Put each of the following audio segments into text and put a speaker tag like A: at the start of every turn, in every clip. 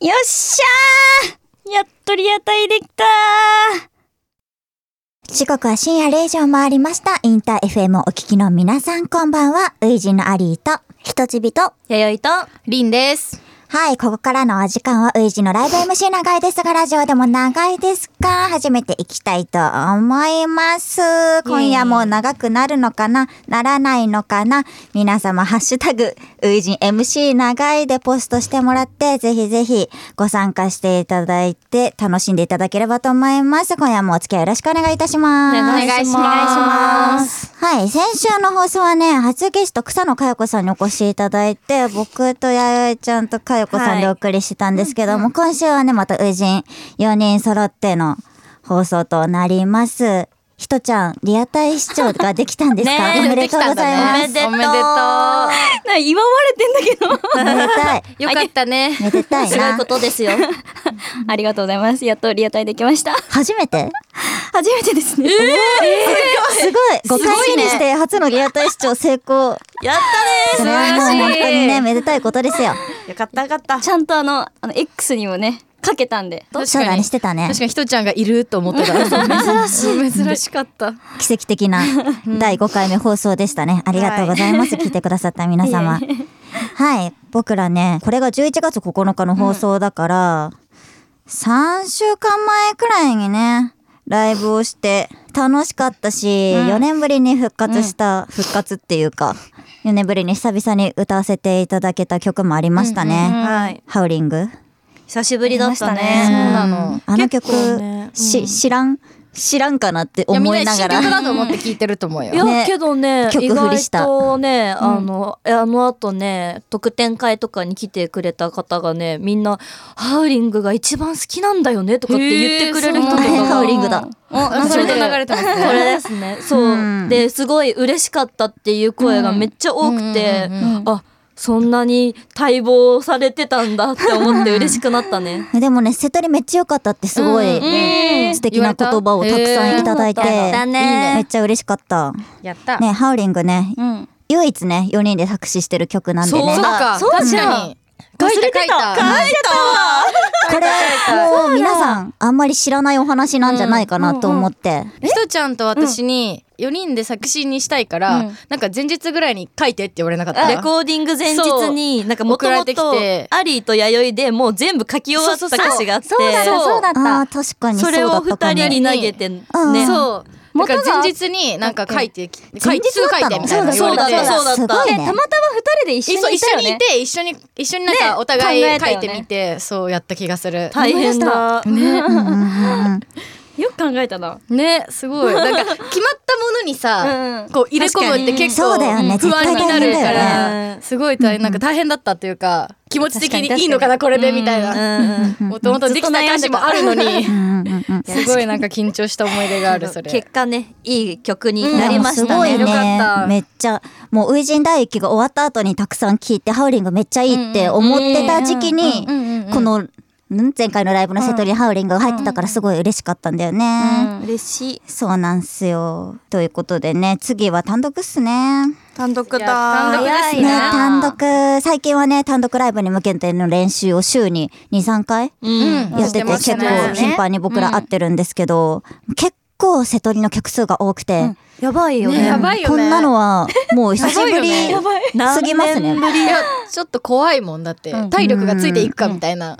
A: よっしゃーやっとリアタイできた
B: 時刻は深夜0時を回りました。インター FM をお聞きの皆さん、こんばんは。ウイジのアリーと、人ちびと。
A: ーよよいと、
C: リンです。
B: はい、ここからのお時間は、ウイジのライブ MC 長いですが、ラジオでも長いですか始めていきたいと思います。今夜も長くなるのかなならないのかな皆様、ハッシュタグ、ウイジン MC 長いでポストしてもらって、ぜひぜひご参加していただいて、楽しんでいただければと思います。今夜もお付き合いよろしくお願いいたします。
A: お願いしますお願いします
B: はい、先週の放送はね、初ゲスト草野佳代子さんにお越しいただいて、僕とやよいちゃんと佳代子さんでお送りしてたんですけども、今週はね、また友人4人揃っての放送となります。ひとちゃん、リアタイ視聴ができたんですか、
A: ねえ
B: おめでとうございます。
C: できたんだね
A: な祝われてんだけど。
B: おめでたい。
C: おめでとう。よかったね。
B: めでたい
C: すごい
B: な
C: こ。とですよ。
A: ありがとうございます。やっとリアタイできました。
B: 初めて
A: 初めてですね。
B: すごい !5 回目にして初のリアタイ視聴成功。
C: やっ
B: そ
C: た
B: れはもう
C: ね
B: 本当
C: 素
B: にね、
C: 晴らし
B: めでたいことですよ。
C: い。よかったよかった。
A: ちゃんとあの、あの、X にもね、かけたんで。
C: 確
B: そう
C: か
B: だね、
C: に
B: してたね。
C: 確かにひとちゃんがいると思ってた。珍しい。珍しかった。
B: 奇跡的な第5回目放送でしたね。ありがとうござい ます。聞いてくださった皆様。はい。僕らね、これが11月9日の放送だから、3週間前くらいにね、ライブをして楽しかったし、4年ぶりに復活した、復活っていうか、4年ぶりに久々に歌わせていただけた曲もありましたね。
C: はい。
B: ハウリング。
C: 久しぶりだった
A: え
C: ね。
A: そう
C: な
B: の。あの曲、し知らん知らんかなって思いながら。
D: だと思って聞いてると思うよ
E: いや、
B: ね
E: けどね
B: 曲
E: 意
B: 振り
E: 外
B: した
E: とねあの、あの後ね特典会とかに来てくれた方がねみんな「ハウリングが一番好きなんだよね」とかって言ってくれる人とか
B: あれハウリング
E: だ
B: だ。
D: 流れて流れてます
E: こ
D: ね
E: れですねそう、
B: うん
E: ですごい嬉しかったっていう声がめっちゃ多くて、
D: うんうんうん
E: あそんなに待望されてたんだって思って嬉しくなったね
B: でもね、瀬戸りめっちゃ良かったってすごい、素敵な言葉をたくさんいただいて、
A: 言われたへーいいね
B: めっちゃ嬉しかった。
D: やった
B: ね、ハウリングね、
A: うん。
B: 唯一ね、4人で作詞してる曲なんでね。
D: そうか確かに書いた書いた
B: これ、もう皆さん、あんまり知らないお話なんじゃないかなと思って。
D: ひとちゃんと私に4人で作詞にしたいから、なんか前日ぐらいに書いてって言われなかった
E: レコーディング前日になんかもと
D: 送ら
E: も
D: れてき
E: と
D: て
E: アリーと弥生でもう全部書き終わった歌詞があって
D: そうだっ
B: ああー、確かにそ
E: そうれ
B: だ
E: を
B: った
E: 二
B: かも。
E: 人に投げてね、
B: うん
E: ね
D: そうだから前日になんか書いてき書いてすぐ書いてみたいな言
E: そ
D: われ
E: うだ
D: て
E: ったそうだった
B: すごい
A: た
B: ね。
A: またま二人で一緒
D: そう
A: にい
D: 一
A: た
D: 緒
A: よ
D: にい
A: ね。
D: て一緒に一緒になんかお互
A: 考え
D: い書
A: たよ
D: い
A: ね
D: てみて、そうやった気がする
E: 大変だ
B: うんうんうんうん
A: よく考えたな。
D: ねすごいなんか決まったもの にさ、
A: うん
D: こう入れ込むって結
B: そう
D: 構
B: だよね
D: 不安にな
B: 絶
D: る
B: 対大
D: か
B: 変
D: ら、
E: だよね
D: すごい大変なんか大変だったというか気持ち的にいいのかなこれでみたいなもともとできた歌詞もあるのに
B: うんうんうん
D: すごいなんか緊張した思い出がある それ
E: 結果ねいい曲に
B: いや
E: なりましたね,、
B: すごい
D: よかっ
B: ね
D: た
B: めっちゃもう初陣第一期が終わった後にたくさん聞いてハウリングめっちゃいいって思ってた時期に
D: うんうんうん
B: このん前回のライブのセトリハウリングが入ってたからすごい嬉しかったんだよね。
E: 嬉しい
B: そうなんすよ。ということでね次は単独っすね。ね
E: 単独
D: いや単独ですね
B: 単独最近はね単独ライブに向けての練習を週に23回
D: うん
B: やってて
D: まし
B: 結
D: たね
B: 構頻繁に僕ら会ってるんですけど結構セトリの曲数が多くて。
E: やばいよ
D: ね
E: ね
D: やばいよね
B: こんなのはもう久しぶり
D: やば
B: すぎますね。
D: いやちょっと怖いもんだって体力がついていくかみたいな、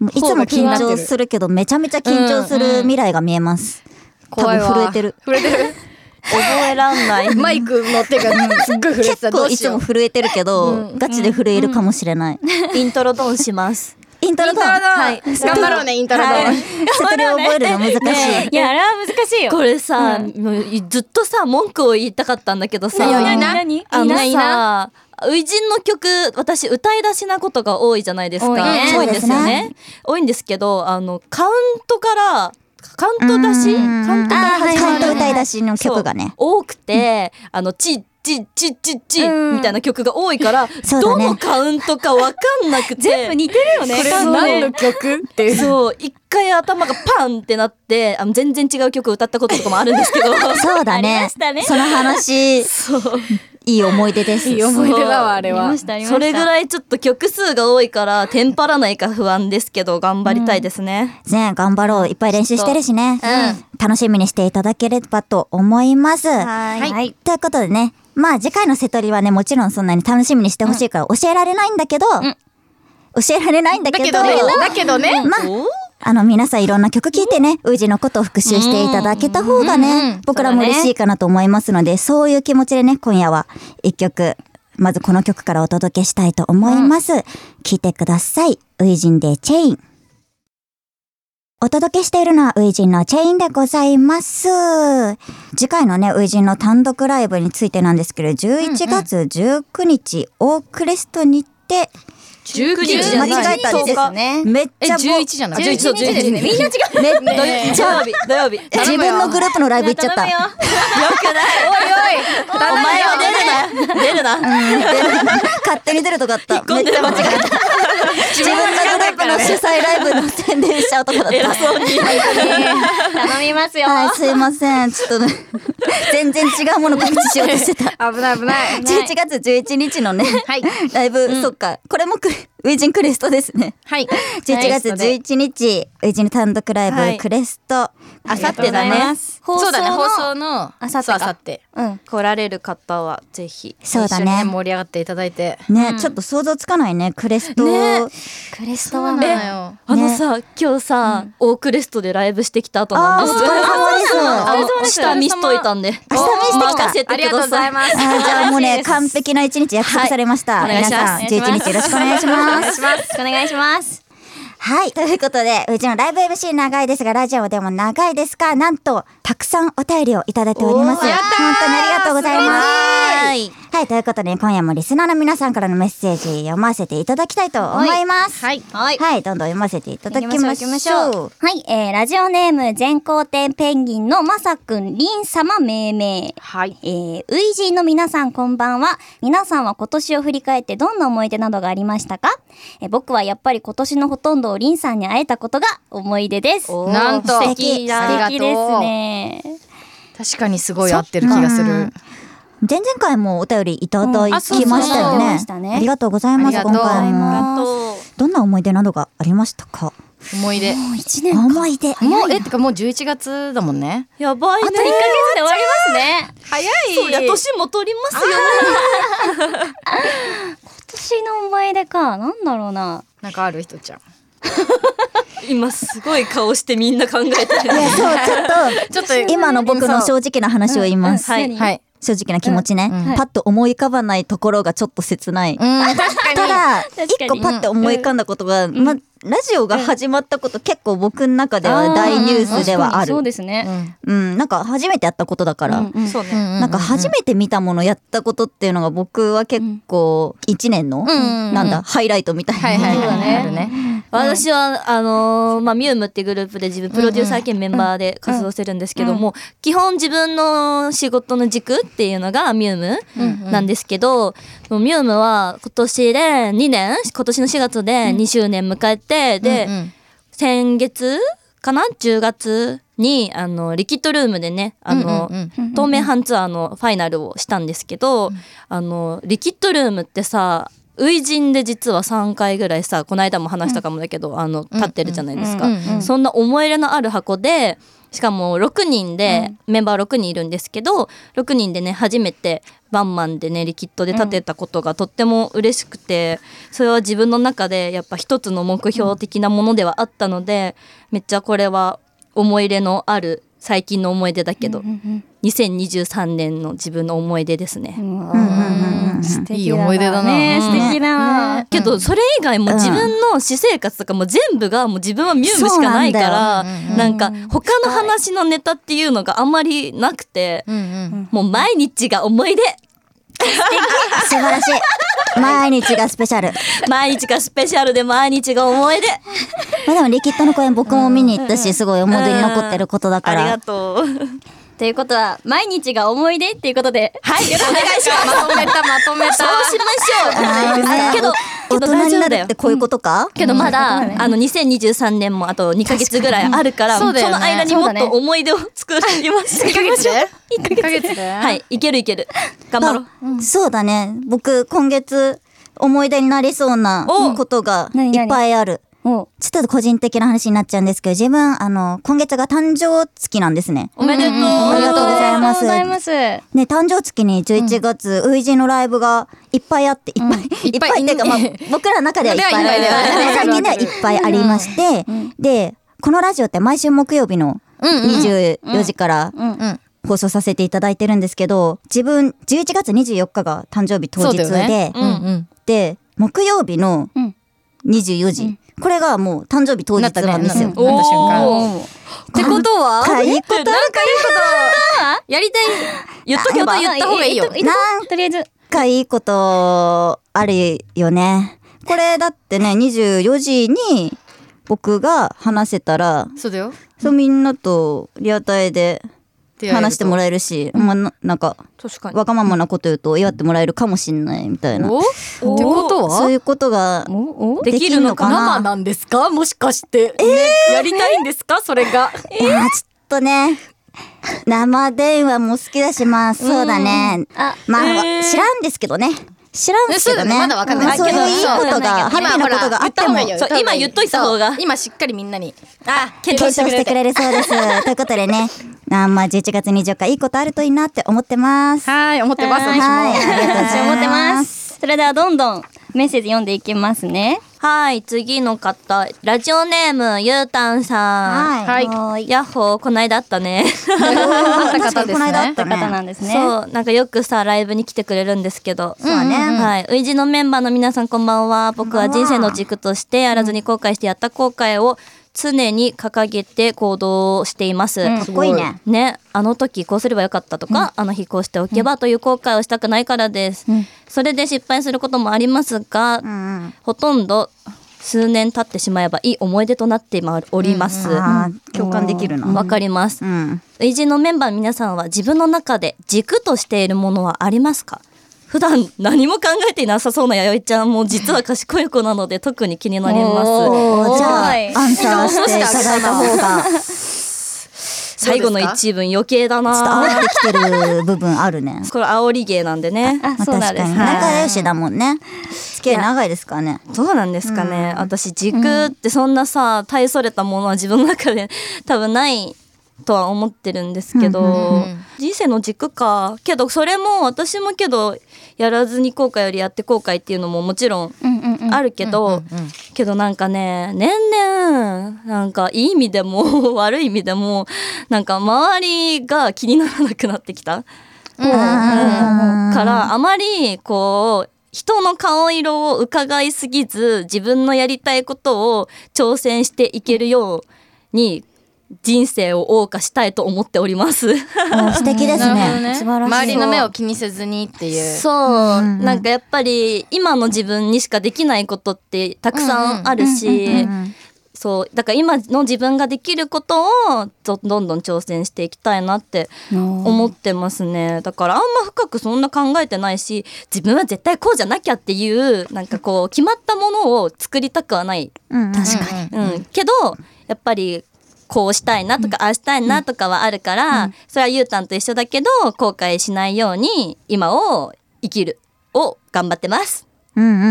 B: もういつも緊張するけどめちゃめちゃ緊張する未来が見えます。多
D: 怖い
B: 分
D: わ
B: 震えてる。
D: 震えて
E: 覚えらん ない
D: るマイクの手がすっごい震えて
B: 結
D: たど
B: 構
D: う
B: い
D: し
B: つ
D: よ
B: も
D: う
B: 震えてるけど、ガチで震えるかもしれない。
E: イントロドンします
B: イントロドン。
D: はい頑張ろうねイントロドン、
B: セトリを覚えるの難 しい。
A: いや、あれは難しいよ。
E: これさ、もうずっとさ文句を言いたかったんだけどさ
D: 何々
A: なに
E: あ
A: い
E: の
A: ないな。
E: さ初陣の曲私歌い出しなことが多いじゃないですか
A: 多いね
E: んですよね多いんですけどあのカウントからカウント出し
B: うん
E: カウントから始ま
B: カウント
E: る
B: 歌い出しの曲がね。
E: 多くて、あのチッチッチッチッチッみたいな曲が多いから、
B: そうだ
E: ど
B: ね
E: のカウントかわかんなくて
A: 全部似てるよね。
D: これは何の曲っていう
E: そう一回頭がパンってなってあの全然違う曲を歌ったこととかもあるんですけど
B: そうだ
A: あり
B: ね
A: ましたね。
B: その話、いい思い出です。
D: いい思い出だわあれ
A: あり
D: は
A: ましたありました
E: それぐらいちょっと曲数が多いからテンパらないか不安ですけど頑張りたいですね、
B: ね頑張ろう。いっぱい練習してるしね。楽しみにしていただければと思います。
E: はい
A: はい
B: ということでね、まあ次回の瀬取りはね、もちろんそんなに楽しみにしてほしいから教えられないんだけど、教えられないんだ
D: だ
B: け
D: け
B: ど、
D: どねだけどね
B: まあ、あの皆さんいろんな曲聴いてね、ウージのことを復習していただけた方がね、僕らも嬉しいかなと思いますので、そういう気持ちでね、今夜は一曲、まずこの曲からお届けしたいと思います。聴、いてください。ウイジンでチェイン。お届けしているのはウイジンのチェインでございます。次回のね、ウイジンの単独ライブについてなんですけど、11月19日、オークレストにて、
C: 19
E: 日じゃない
B: 間違えたんですね。めっ
C: え
B: ちゃぼ
C: 11じゃない
E: 11と11ね
C: みんな違う
B: めっ
E: 土曜日土曜日
B: 自分のグループのライブ行っちゃった。
E: 頼むよよくない
D: お
E: お
D: 前
E: 前
D: はね
E: は出るな出るな
B: 勝手に出るとかあった。めっちゃ間違えた。自分のグループの主催ライブの宣伝しちゃうとかだった。
A: 頼みますよ。
B: はい、すいません。ちょっとね、全然違うもの告知しようとしてた。
D: 危ない危ない
B: 11月11日のね、
D: はい
B: ライブ、そっか、これもクレウィジンクレストですね。
D: はい
B: 11月11日、ウィジン単独ライブ、
E: はい
B: クレスト。
E: あさっ
D: ありがと
E: てだ
D: うございま
E: ね
D: そうだね
E: の
D: 放送の
E: あさって
D: そう
E: か
D: あさって
E: うん来られる方はぜひ
B: そうだ
D: 一緒に
B: ね。
D: 盛り上がっていただいて
B: ね、ちょっと想像つかないね、クレスト。
A: クレス
D: そ
A: ト
D: う
A: は
D: な
A: な
D: のよ
E: あのさ今日さオークレストでライブしてきた後なんです
B: あーお疲れ様です
D: お疲
E: あの
D: れ様です
E: 下見しといたんで
B: あ下見してきた
E: 任せ
D: あ
E: て
D: りが
E: く
D: とう
E: だ
D: ござ
E: さ
D: い
E: い
D: ます
B: あーじゃあもうね、完璧な一日約束されました。
E: はいお願い
B: 皆
E: し
B: さ
E: ま
B: ん、
E: す
B: 11日よろしくお願い します。
A: お願いします。
B: はい。ということで、うちのライブ MC 長いですが、ラジオでも長いですが、なんと、たくさんお便りをいただいております。本当にありがとうございます。はい。ということで、今夜もリスナーの皆さんからのメッセージ読ませていただきたいと思います。
D: はい
B: はい。どんどん読ませていただきましょう。
A: はい、えー、ラジオネーム全校店ペンギンのまさくんりん様命名。
D: はい
A: えー、ウイジーの皆さんこんばんは。皆さんは今年を振り返ってどんな思い出などがありましたか、えー僕はやっぱり今年のほとんどをリンさんに会えたことが思い出です。
E: お
D: なんと
B: 素敵
D: あ
A: 素敵
D: りが
A: で
D: と
A: す
D: う
A: ね。
D: 確かにすごい合ってる気がする
B: 前々回もお便りいただ
D: うんあそうそ
B: き
D: う
B: ましたよ
A: いただき
B: ね
A: ました。ね
B: ありがとうございます。
D: ありが
B: 今
D: とう
B: 回も。
E: と
B: どんな思い出などがありましたか
D: 思い出
A: もう一年。
B: 思い出。
D: もうえってかもう11月だもんね
E: やばい
A: あ
E: ね
A: と1ヶ月で終わりますね。
D: 早い
E: そりゃ年も取りますよ
A: 今年の思い出か。なんだろうな。
D: なんかある人ちゃん
E: 今すごい顔してみんな考えて
B: い
E: る
B: や、そう、ちょっと、
D: ちょっと
B: 今の僕の正直な話を言います。
E: はい
A: 何
D: はい
B: 正直な気持ちね、
D: うん
A: うん
B: パッと思い浮かばないところがちょっと切ない。
D: うん
B: ただ、
A: かに
B: 一個パッと思い浮かんだことが、ま、ラジオが始まったこと結構僕の中で
A: あ
B: は
A: ー
B: 大ニュースではある
A: そう。ですね。
B: うん、なんか初めてやったことだから、
A: うんうん
E: そうね
B: なんか初めて見たものやったことっていうのが僕は結構一年の、なんだ、ハイライトみたいな。
D: はい はいはい
E: ね
D: あるね
E: 私はあのーまあ、ミュームっていうグループで自分プロデューサー兼メンバーで活動してるんですけども、基本自分の仕事の軸っていうのがミュームなんですけど、もうミュームは今年で2年今年の4月で2周年迎えて、で、先月かな10月にあのリキッドルームでねあの、
D: うんうん
E: 東名阪ツアーのファイナルをしたんですけど、あのリキッドルームってさ初陣で実は3回ぐらいさこの間も話したかもだけど、あの立ってるじゃないですか、
D: うんうんうん
E: そんな思い入れのある箱でしかも6人で、メンバー6人いるんですけど6人でね初めてワンマンでねリキッドで立てたことがとっても嬉しくて、それは自分の中でやっぱ一つの目標的なものではあったので、めっちゃこれは思い入れのある最近の思い出だけど、2023年の自分の思い出ですね。
A: 素敵
D: いい思い出だな
A: ね素敵だな。
E: けどそれ以外も自分の私生活とかも全部がもう自分はミュームしかないから
D: そうなんだよ
E: なんか他の話のネタっていうのがあんまりなくて
D: うんうん
E: もう毎日が思い出
B: 素晴らしい。毎日がスペシャル。
E: 毎日がスペシャルで毎日が思い出
B: まあでもリキッドの公演僕も見に行ったし、すごい思い出に残ってることだか
E: あり
B: ら
E: が。と う
A: ということは毎日が思い出っていうことで。
E: はいお願いしま す
D: まとめたまとめた
E: そうしましょう
B: あーね
E: けど
B: 大人になるってこういうことか、
E: けどまだ、
A: うん
E: あの2023年もあと2ヶ月ぐらいあるから
D: 確かに
E: その間にもっと思い出を作りまし
D: 一
E: て、
D: ヶ月で一ヶ月で。
E: はいいいけるいける頑張ろう
B: あそうだね僕今月思い出になりそうな
E: お
B: ことが
A: 何何
B: いっぱいある
A: お
B: ちょっと個人的な話になっちゃうんですけど自分あの今月が誕生月なんですね
E: おめでとう、
B: ありがとうございます
A: ありがとうございます。
B: ね、誕生月に11月、初陣のライブがいっぱいあって、いっぱい、いっぱいっていうか、まあ、僕らの中ではいっぱい、
D: いっぱいだよね
B: 最近ではいっぱいありまして、で、このラジオって毎週木曜日の24時から
C: ん
B: 放送させていただいてるんですけど、自分、11月24日が誕生日当日
C: そうだよ
B: で、
E: うん
C: うん
B: で、木曜日の
A: うん
B: 24時、これがもう誕生日当日なんですよ。
C: なったねうんなった瞬間
E: おーってこと は
B: なんかいいこと
E: なんかいいことやりたい言っとけば言った方がいいよ
A: とりあえず。
B: なんかいいことあるよね。これだってね、24時に僕が話せたら、
D: そうだよ。
B: そうみんなとリアタイで話しても
D: ら
B: らえるし、まあ、ななんか、
E: 確かに
B: わがままなこと言うと祝ってもらえるかもしんないみたいな。
D: おって
E: お
D: こと
B: そう
D: は
B: いうことが
A: おお
B: できるのか
D: 生
B: な
D: なんですかもしかして。やりたいんですかそれが。
B: いやーちょっとね、生電話も好きだし、まあそうだね。
A: あ
B: まあ、
E: えー
B: 知らんですけどね。知らんですけど
D: えそうだ
B: ね。
D: ねまだわかんない
B: そういう
D: けど
B: いいことが、ハッピーなことがあっても。
E: そう今言っといた方が
D: 今しっかりみんなに。
E: あ検
B: 検
E: 討
B: 討してくれるそうです。ということでね、 あんまあ11月24日いいことあるといいなって思ってます。
D: はい、思ってます。
B: はい、ありがとうご
A: 私
B: ざい
A: 思って
B: ま。
A: ますす。それではどんどんメッセージ読んでいきますね。
E: はい次の方ラジオネームゆうたんさん
B: はいい。はーい
E: やっほーこないだあったね
D: あった
B: 確か
D: 方
B: に
D: で
B: こ
D: す
B: の間あっ
D: ね。
B: た
A: 方な
B: ね。
A: んですね。
E: そうなんかよくさライブに来てくれるんですけど
B: そうだね
E: はい、ウイジのメンバーの皆さんこんばんは僕は人生の軸としてやらずに後悔してやった後悔を常に掲げて行動しています、
B: かっこいいね。
E: ね、あの時こうすればよかったとか、あの日こうしておけばという後悔をしたくないからです、それで失敗することもありますが、
B: うんうん。
E: ほとんど数年経ってしまえばいい思い出となってまおりますわ、
B: あー共感できるな。
E: かります
B: うん。
E: 維持のメンバーの皆さんは自分の中で軸としているものはありますか普段何も考えていなさそうな弥生ちゃんも実は賢い子なので特に気になります
B: おーじゃあ、
A: はい
B: アンサーしていただいた方 が、ちょ
E: 最後の一文余計だ
B: っと
E: な
B: 煽ってきてる部分あるね。
E: これ煽り芸なんでね
A: あ、
B: まあ
A: そうなん
B: 確
A: で
B: か
A: す
B: に。
A: ね。
B: 仲良しだもんね。付き合い長いですからね。
E: どうなんですかね、私軸ってそんなさ大それたものは自分の中で 多分ないとは思ってるんですけど、人生の軸かけどそれも私もけどやらずに後悔よりやって後悔っていうのももちろん
A: うんうんうん。
E: あるけど、けどなんかね年々なんかいい意味でも 悪い意味でもなんか周りが気にならなくなってきた、
B: あー
E: からあまりこう人の顔色を伺いすぎず自分のやりたいことを挑戦していけるように人生を謳歌したいと思っております。
B: もう素敵です
D: なるほど
B: ね。
D: ね
B: 素晴らしい。
D: 周りの目を気にせずにっていう。
E: そ
B: んう
E: う、
B: ん
E: なんかやっぱり今の自分にしかできないことってたくさんあるし、そうだから今の自分ができることをどどんどん挑戦していきたいなって思ってますねだからあんま深くそんな考えてないし自分は絶対こうじゃなきゃっていうなんかこう決まったものを作りたくはない、
B: 確かに。
E: うん、けどやっぱりこうしたいなとか、ああしたいなとかはあるから、それはゆうたんと一緒だけど後悔しないように今を生きるを頑張ってます。
B: うんうんう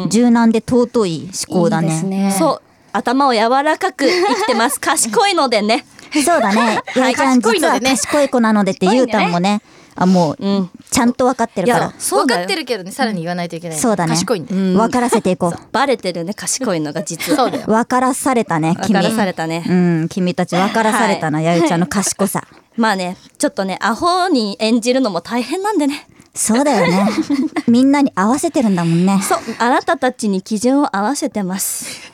B: ん。
E: うん
B: 柔軟で尊い思考だね。
A: いいですね。
E: そう頭を柔らかく生きてます賢いのでね。
B: そうだね。やいちゃん
D: 賢い
B: 実
D: の
B: は
D: でね
B: 賢い子なのでってゆうたんもね、あもう
E: うん
B: ちゃんと分かってるか
E: い
B: ら
E: や。そ
D: 分
E: うだよ
D: かってるけどね、さらに言わないといけない。
B: そうだね。
D: 賢いんだよ。
B: 分からせていこう。
E: バレてるね賢いのが実
D: そ
E: は
D: うだよ。
B: 分からされたね、
E: 分
B: 君
E: か。らされたね、
B: うん、君たち分からされたな、やゆちゃんの賢さ。
E: まあねちょっとねアホに演じるのも大変なんでね
B: そうだよね。みんなに合わせてるんだもんね。
E: そうあなたたちに基準を合わせてます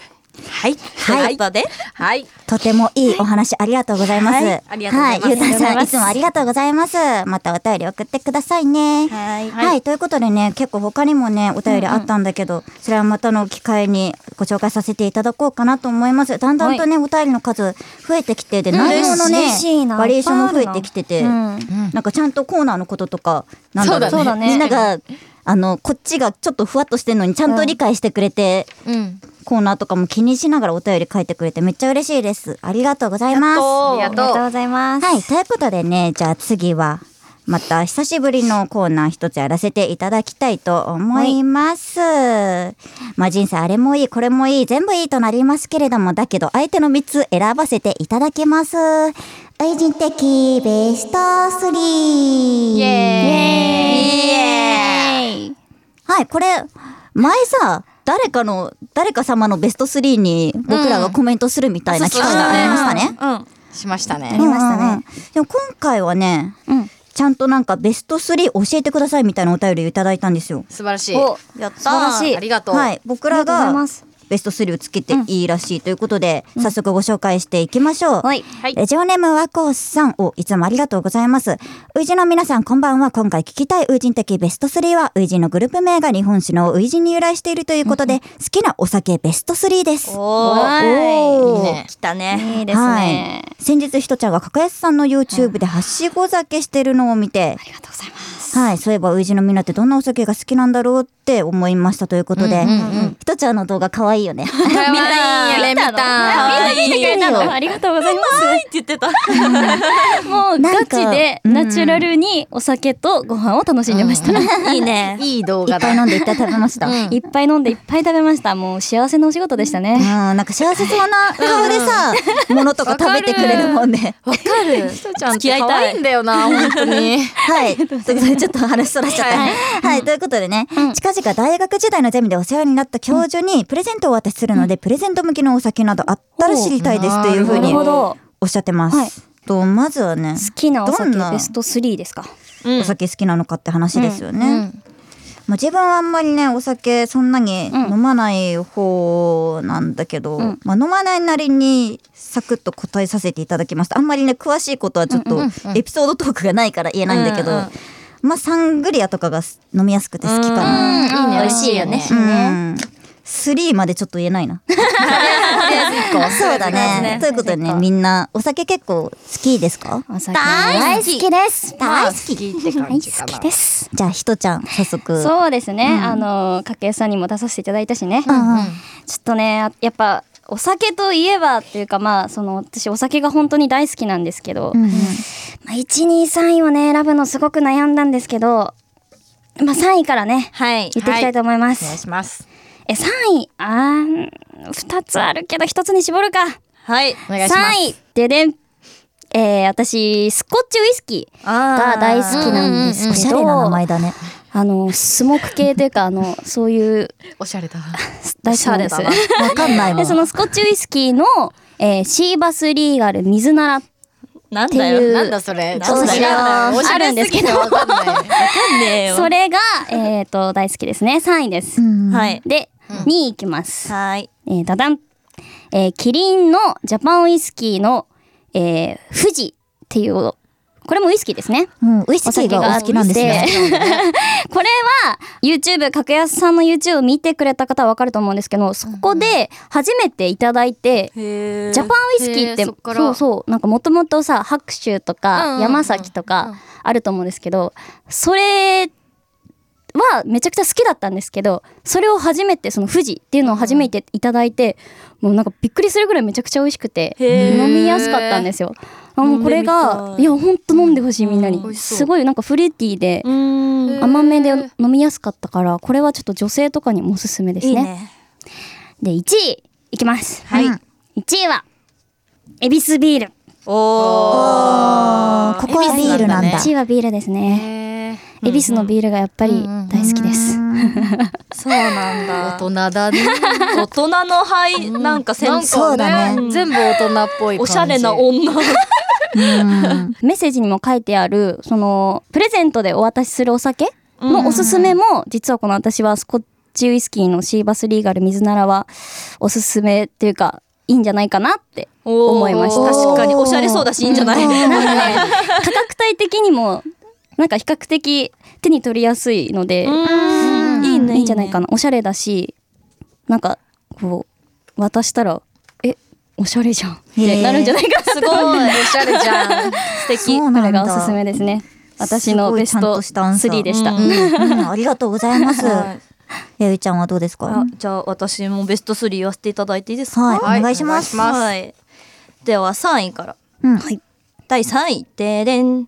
E: はいはいということで
D: はい。
B: とてもいいお話ありがとうございます。
D: はいありがとうございます
B: はゆうたんさん、いつもありがとうございます。またお便り送ってくださいね。はい。ということでね、結構他にもね、お便りあったんだけど、それはまたの機会にご紹介させていただこうかなと思います。だんだんとね、お便りの数増えてきて、で、内容のね
A: 嬉しい、な
B: バリエーションも増えてきてて、
A: うん
B: なんかちゃんとコーナーのこととか、なん
D: そ
B: だ
D: うだ
B: ろ
D: ね
B: う、みんなが、あのこっちがちょっとふわっとしてるのにちゃんと理解してくれて、
D: うん。
B: コーナーとかも気にしながらお便り書いてくれてめっちゃ嬉しいですありがとうございます
D: ありが
A: ありがとう
D: とう。
A: ございます。
B: はい、ということでね、じゃあ次は、また久しぶりのコーナー一つやらせていただきたいと思います。まあ人生あれもいい、これもいい、全部いいとなりますけれども、だけど相手の3つ選ばせていただきます。愛人的ベスト3。イ
A: エーイ
B: はい、これ、前さ、誰かの、誰か様のベスト3に僕らがコメントするみたいな企画がありましたね。
D: しました
B: あ
D: ね
B: り。ましたね。でも今回はね、
A: うん
B: ちゃんとなんかベスト3教えてくださいみたいなお便りをいただいたんですよ。
D: 素晴らしい。
A: お、やった素晴らしい。
D: ありがとう。
B: はい、僕ら
A: ありがとうござい
B: が
A: ます
B: ベスト3をつけていいらしいということで、早速ご紹介していきましょう。
A: はい。
B: ラジオネームワコさんをいつもありがとうございます。ウイジの皆さんこんばんは。今回聞きたいウイジン的ベスト3は、ウイジンのグループ名が日本酒のウイジンに由来しているということで、好きなお酒ベスト3です。
E: お
A: ー
E: お
D: いいね
E: 来たね
A: いいですね。
B: はい、先日ひとちゃんがかかやすさんの YouTube ではしご酒してるのを見て、
A: ありがとうございます。
B: はい、そういえば、ウイジのみんなってどんなお酒が好きなんだろうって思いましたということで、ひとちゃんの動画可愛いよね。
D: みんな、みん
A: あ
D: な、
A: みんな見てくれた
B: いい
A: の
B: よ
A: ありがとうございま
E: はいって言ってた
A: す。もう
B: な
A: ガ
B: んか
A: チで
B: うん
A: ナチュラルにお酒とご飯を楽しんでました。
E: いいね
D: いい動
B: い
D: 画
B: っぱい
D: だ。
B: 飲んでいっぱい食べました。うん、
A: いっぱい飲んでいっぱい食べました。もう幸せなお仕事でしたね。
B: なんか幸せそうな顔でさ、ものとか食べてくれるもんね。
D: わかる。ひとちゃんって可愛いんだよな、本当に。
B: はい。ということでちょっと話そらしちゃった。はい。ということでね、近々大学時代のゼミでお世話になった教授にプレゼントをお渡しするので、プレゼント向きのお酒などあったら知りたいですというふう
A: なる
B: に
A: ほ
B: お
A: ど。
B: っしゃってます。
A: はい
B: と、まずはね、
A: 好きなお
B: どん
A: 酒
B: な
A: ベスト3ですか。
E: うん
B: お酒好きなのかって話ですよね。
D: うん
B: まあ、自分はあんまりねお酒そんなに飲まない方なんだけど、
A: ん
B: まあ、飲まないなりにサクッと答えさせていただきましたあんまりね詳しいことはちょっとエピソードトークがないから言えないんだけど、
E: うんうん
B: まあサングリアとかがす飲みやすくて好きかな。
D: いいね。
E: 美味しいよね
A: う
B: うんん3までちょっと言えないな。そうだね。ということでね、みんな、お酒結構好きですか
A: お酒大好きです。
D: 大好きって感
A: 大
D: じか
A: 好
D: な
A: き。です。
B: じゃあ、ひとちゃん、早速。
A: そうですね。あの家計さんにも出させていただいたしね。ちょっとねやっぱお酒といえばっていうかまあその私お酒が本当に大好きなんですけど、
B: うんうん
A: まあ、123位をね選ぶのすごく悩んだんですけど、まあ、3位からね
E: は
A: 言
E: い
A: っていきたいと思います。
D: お願いします。
A: え3位あー2つあるけど1つに絞るか。
E: はい
D: お願いします
A: 3位ででん、えー私スコッチウイスキーが大好きなんです
B: お
A: け
B: しゃ
A: ど、
B: れな名前だね。
A: あのスモーク系というかあのそういう
D: おしゃれだ。
A: 大好きなんです。
B: わかんないも
A: で
B: ん。
A: そのスコッチウイスキーの、えーシーバスリーガル水ならっ
E: なん
A: て
E: だよ
A: い
D: なん
A: う
D: だそれ。
A: お酒が
D: おしゃ
A: ある
D: れ
A: んですすけ
D: ぎ
A: ど
D: てわかんない。
E: ねえよ
A: それが、えー、と大好きですね3位です、
E: はい
A: で、2位いきます、
E: はい
A: えー、ダダン、えーキリンのジャパンウイスキーの、えー富士っていうこれもウイスキーですね
B: うん、ウイスキーがお好きなんですね。
A: これは YouTube 格安さんの YouTube を見てくれた方は分かると思うんですけどそこで初めていただいて、
E: へ
A: ジャパンウイスキーって
D: へー
A: そ
D: そっから
A: うそうなんかもともとさ白州と
D: うんうん
A: か
D: うん
A: 山崎とかあると思うんですけどそれはめちゃくちゃ好きだったんですけどそれを初めてその富士っていうのを初めていただいてもうなんかびっくりするぐらいめちゃくちゃ美味しくて
E: へー
A: 飲みやすかったんですよ。あもうこれ
E: 飲んでみ
A: が
E: たい
A: いやほんと飲んでほしいみんなに
D: 美味しそう
A: すごいなんかフルーティーで
E: うん
D: へー
A: 甘めで飲みやすかったからこれはちょっと女性とかにもおすすめです
E: いい
A: ね。
E: ね
A: で1位いきます。
D: はい
A: うん1位はエビスビール。
E: おお
B: ここはビールなんだ。
A: 1位はビールですね。エビスのビールがやっぱり大好きです。
E: そうなん
D: 大
E: だ
D: 人だね。
E: 大人の灰なんかセンス
B: そうだね
D: 全部大人っぽい感じ。
E: おしゃれな女
B: うん
A: メッセージにも書いてあるそのプレゼントでお渡しするお酒のおすすめも実はこの私はスコッチウイスキーのシーバスリーガル水ならはおすすめっていうかいいんじゃないかなって思いました。
E: 確かにおしゃれそうだしいいんじゃない
A: なんかね 価格帯的にもなんか比較的手に取りやすいので。
E: うんいいね
A: いいんじゃないかなおしゃれだしなんかこう渡したらえおしゃれじ ゃんってなるんじゃないかな
E: すごい
D: おしゃれじゃん。
E: 素敵
B: そうなんだ
A: これがおすすめですね私のベスト3でした。
E: すごいちゃんとしたアンサー
B: うんうんありがとうございます。やゆちゃんはどうですか
E: あ
B: は
E: じゃあ私もベスト3言わせていただいていいですか
B: い、お
D: はい
B: 願いします。
D: お願いします
E: はい、では3位から
B: うん
A: はい。
E: 第3位ででん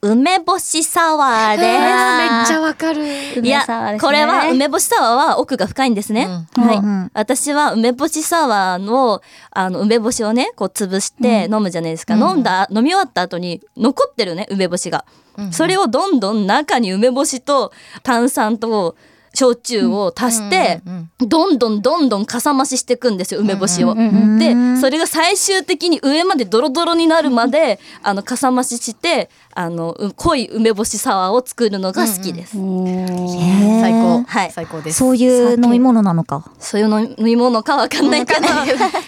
E: 梅干しサワーです、
D: めっちゃわかる。
E: い
A: 梅沢
E: や、
A: ですね
E: これは梅干しサワーは奥が深いんですね。はい、
B: うん
E: 私は梅干しサワーの、あの梅干しをね、こう潰して飲むじゃないですか。飲んだ、飲み終わった後に残ってるね、梅干しが。それをどんどん中に梅干しと炭酸と焼酎を足して、どんどんどんどんかさ増ししていくんですよ、梅干しを。
B: ん
E: で
B: うん、
E: それが最終的に上までドロドロになるまで、あの、かさ増しして、あの、う濃い梅干しサワーを作るのが好きです。
B: へー
D: 最高。
E: はい
D: 最高です。
B: そういう飲み物なのか。
E: そういう飲み物かわかんないけど、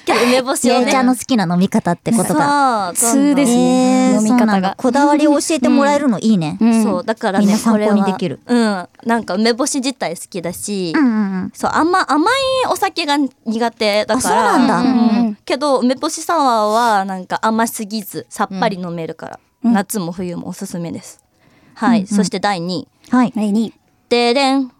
E: けど梅干し
B: や
E: を
B: ゆ
E: ね。
B: ちゃんの好きな飲み方ってことだ。
E: そう、どんど
A: 通
E: ん
A: ですね
B: えー
A: 飲み方が
B: そうなんだこだわりを教えてもらえるのいいね。
A: う
B: うん
A: ん
E: そう、だからね、
B: みんな参考に
E: これは
B: できる
E: うん。なんか梅干し自体好きだし、
B: うんうん。
E: そう、あんま甘いお酒が苦手だ
B: あ、そう
E: から。
B: なんだ。
A: うん
E: けど、梅干しサワーはなんか甘すぎず、さっぱり飲めるから、夏も冬もおすすめです。はい、そして第2位。
B: はい。
A: 第二位。
E: ででん。